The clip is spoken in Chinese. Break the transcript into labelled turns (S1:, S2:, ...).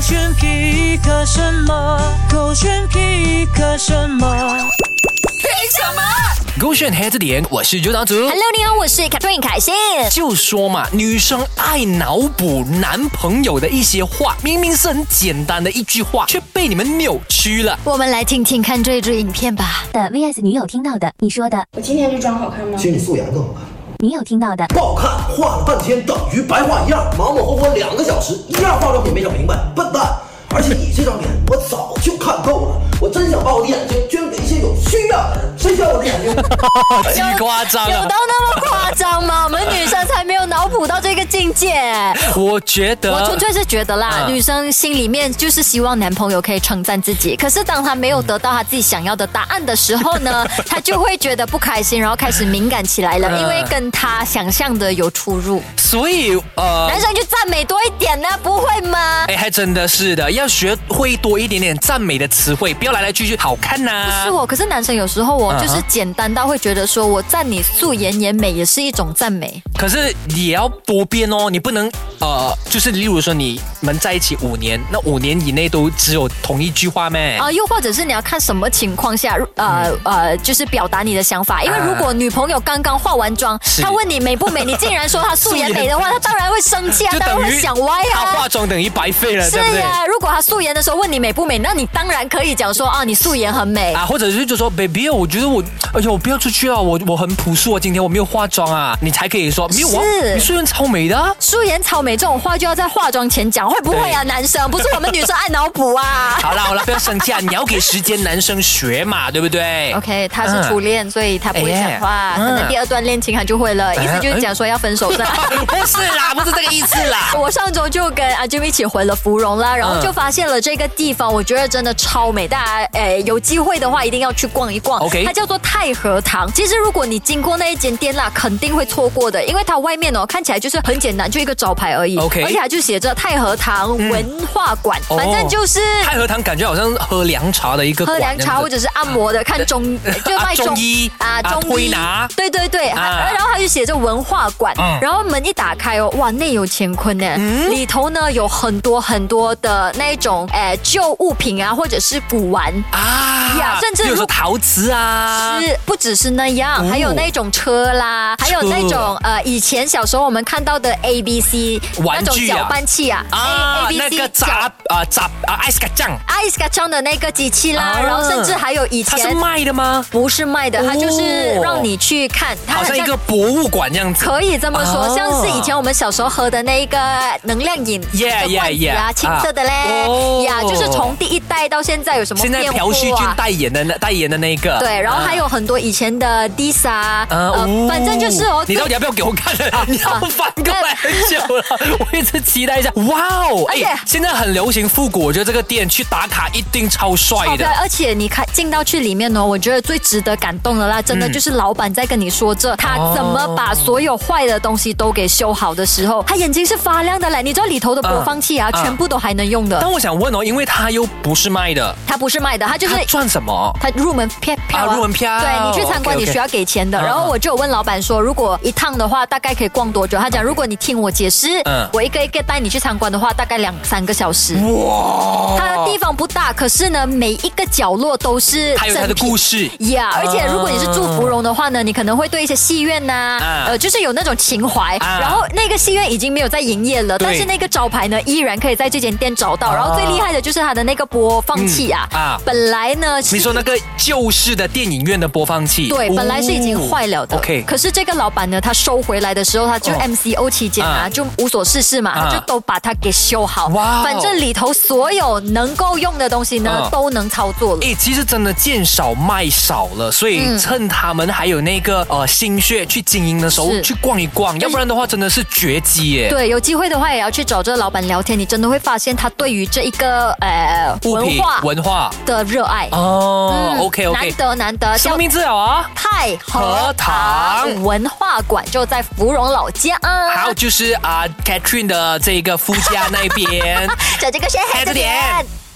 S1: 选皮克什么？狗选皮克什么？
S2: 勾选黑着脸，我是朱导主。
S3: Hello，你好，我是 Catherine 凯欣。
S2: 就说嘛，女生爱脑补男朋友的一些话，明明是很简单的一句话，却被你们扭曲了。
S3: 我们来听听看这支影片吧。
S4: 的 VS 女友听到的，你说的，
S5: 我今天就装好看吗？
S6: 其实你素颜更好看，
S4: 女友听到的，
S6: 不好看，画了半天等于白画一样，忙忙活活两个小时，一样化妆品没整明白，笨蛋！而且你这张脸我早就看够了，我真想把我的眼睛捐给一些有需要的人，谁需要我的眼睛？
S2: 太夸张
S3: 有
S2: 了
S3: 到，那么夸张 吗？我们女生才没有脑补到这个境界。
S2: 我觉得
S3: 我纯粹是觉得啦，
S2: 嗯
S3: 女生心里面就是希望男朋友可以称赞自己，可是当她没有得到她自己想要的答案的时候呢， 她就会觉得不开心，然后开始敏感起来了，
S2: 嗯
S3: 因为跟她想象的有出入。
S2: 所以呃。
S3: 男生就赞美多一点呢、不会吗？
S2: 哎，还真的是的，要学会多一点点赞美的词汇，不要来来去去好看呐、
S3: 是哦我，可是男生有时候我
S2: 嗯哼
S3: 就是简单到会觉得说，我赞你素颜也美也是一种赞美。
S2: 可是也要多变哦，你不能呃，就是例如说你们在一起五年，那五年以内都只有同一句话咩？
S3: 啊、又或者是你要看什么情况下，呃、
S2: 嗯
S3: 呃，就是表达你的想法。因为
S2: 啊
S3: 如果女朋友刚刚化完妆，
S2: 是
S3: 她问你美不美，你竟然说她素颜美的话，她当然会生气啊，
S2: 就
S3: 当然
S2: 等
S3: 会
S2: 于
S3: 想歪
S2: 她
S3: 啊
S2: 化。妆等于白费了，
S3: 是啊
S2: 对不对？
S3: 呀、如果她素颜的时候问你美不美，那你当然可以讲说啊，你素颜很美。
S2: 啊，或者是就说 baby，我觉得我，哎呦，我不要出去啊，我我很朴素啊，今天我没有化妆啊，你才可以说没有啊，
S3: 是
S2: 你素颜超美的、啊。
S3: 素颜超美这种话就要在化妆前讲，会不会啊？男生不是我们女生爱脑补 啊。
S2: 好啦好啦，不要生气啊！你要给时间男生学嘛，对不哎
S3: OK，他是初恋，所以他不会讲话。
S2: 嗯哎呀哎
S3: 可能第二段恋情他就会了，意思就是讲说要分手是吧？
S2: 不是啦，不是这个意思啦。
S3: 我上周就跟阿 Jim 一起回了芙蓉啦，然后
S2: 嗯
S3: 就发现了这个地方，我觉得真的超美，大家诶有机会的话一定要去逛一逛。
S2: OK
S3: 它叫做太和堂。其实如果你经过那一间店啦，肯定会错过的，因为它外面哦看起来就是很简单，就一个招牌而已。
S2: OK
S3: 而且它就写着太和堂文化馆，
S2: 哦
S3: 反正就是。
S2: 太和堂感觉好像喝凉茶的一个
S3: 喝
S2: 馆
S3: 凉
S2: 这样
S3: 茶
S2: 子啊
S3: 或者是按摩的，看 中就卖
S2: 中医
S3: 啊，
S2: 啊
S3: 中
S2: 推
S3: 医
S2: 拿
S3: 对对对，
S2: 啊
S3: 然后他就写着文化馆
S2: 嗯，
S3: 然后门一打开哦，哇，内有乾坤呢，里头呢有很多很多的那一种诶旧物品啊，或者是古玩。
S2: 啊
S3: 呀甚至
S2: 比如
S3: 如
S2: 说陶瓷啊，哦
S3: 是不只是那样，还有那种车啦，还有那种呃，以前小时候我们看到的 A B C 那
S2: 玩
S3: 种
S2: 具啊
S3: 搅拌器啊
S2: 啊
S3: ，A A
S2: 那
S3: B
S2: 个
S3: C 搅
S2: 炸啊炸啊 ice 酱，
S3: ice k a c h a n 的那个机器啦
S2: 啊，
S3: 然后甚至还有以
S2: 它是
S3: 前
S2: 卖的吗？
S3: 不是卖的，它就是
S2: 哦
S3: 让你去看，它
S2: 好像一个博物馆这样子。
S3: 可以这么说，
S2: 哦
S3: 像是以前我们小时候喝的那一个能量饮
S2: Yeah,
S3: 的罐子
S2: yeah, yeah
S3: 啊，青色的嘞
S2: 哦，
S3: 呀，就是从第一代到现在有什么
S2: 现在
S3: 变化
S2: 朴叙俊
S3: 啊？
S2: 代言的那代言的那一个，
S3: 对，然后还有很多以前的 Disa，
S2: 啊。
S3: 呃
S2: 哦，
S3: 反正就是哦，啊
S2: 你到底要不要给我看？你要翻过来很久了，我一直 期待一下。哇哦，
S3: 而且
S2: 哎，现在很流行复古，我觉得这个店去打卡一定超帅
S3: 好
S2: 的
S3: 的，。哦而且你看进到去里面哦呢，我觉得最值得感动的啦，真的就是老板在跟你说这、他怎么把所有坏的东西都给修好的时候，他眼睛是发亮的嘞。你知道里头的播放器啊，
S2: 嗯嗯
S3: 全部都还能用的
S2: 但，我想问哦，因为它又不是卖的，
S3: 他不是卖的，他就是
S2: 它赚什么？
S3: 它入门票票、
S2: 啊入门票
S3: 对你去参观
S2: OK，OK
S3: 你需要给钱的。
S2: 嗯
S3: 然后我就有问老板说，如果一趟的话，大概可以逛多久？他讲，如果你听我解释
S2: 嗯，
S3: 我一个一个带你去参观的话，大概两三个小时。
S2: 哇
S3: 它的地方不大，可是呢，每一个角落都是
S2: 还有它的
S3: 整
S2: 故
S3: 品。
S2: 事。
S3: 呀而且如果你是住芙蓉的话呢，你可能会对一些戏院呐、
S2: 啊
S3: 呃，就是有那种情怀。
S2: 啊
S3: 然后那个戏院已经没有在营业了，
S2: 对
S3: 但是那个招牌呢，依然可以在这间店找到。
S2: 啊
S3: 然后最厉害的就是它的那个播放器啊，
S2: 嗯啊
S3: 本来呢，是
S2: 你说那个旧式的电影院的播放器，
S3: 对，本来是已经坏了的。
S2: 哦 OK，
S3: 可是这个老板呢，他收回来的时候，他就
S2: 哦
S3: MCO 期间啊，
S2: 啊
S3: 就无所事事嘛，
S2: 啊
S3: 他就都把它给修好。
S2: 哇哦
S3: 反正里头所有能够用的东西呢
S2: 嗯，
S3: 都能操作了。
S2: 诶，其实真的见少卖少了，所以
S3: 嗯
S2: 趁他们还有那个呃心血去经营的时候
S3: 是哎
S2: 去逛一逛，要不然的话真的是绝迹耶。
S3: 对，有机会的话也要去找这个老板聊天，你真的会发现他对于这一个呃
S2: 物
S3: 文
S2: 品
S3: 化
S2: 文化
S3: 的热爱。
S2: 哦
S3: 嗯
S2: ，OK
S3: 难
S2: OK，
S3: 得难得，
S2: 什
S3: 叫
S2: 么名字了啊？
S3: 太和
S2: 和
S3: 堂
S2: 堂
S3: 文化馆，就在芙蓉老街啊。
S2: 还有，就是啊 ，Catherine 的这个夫家那边。
S3: 找这个先黑
S2: 黑
S3: 着
S2: 着脸
S3: 点。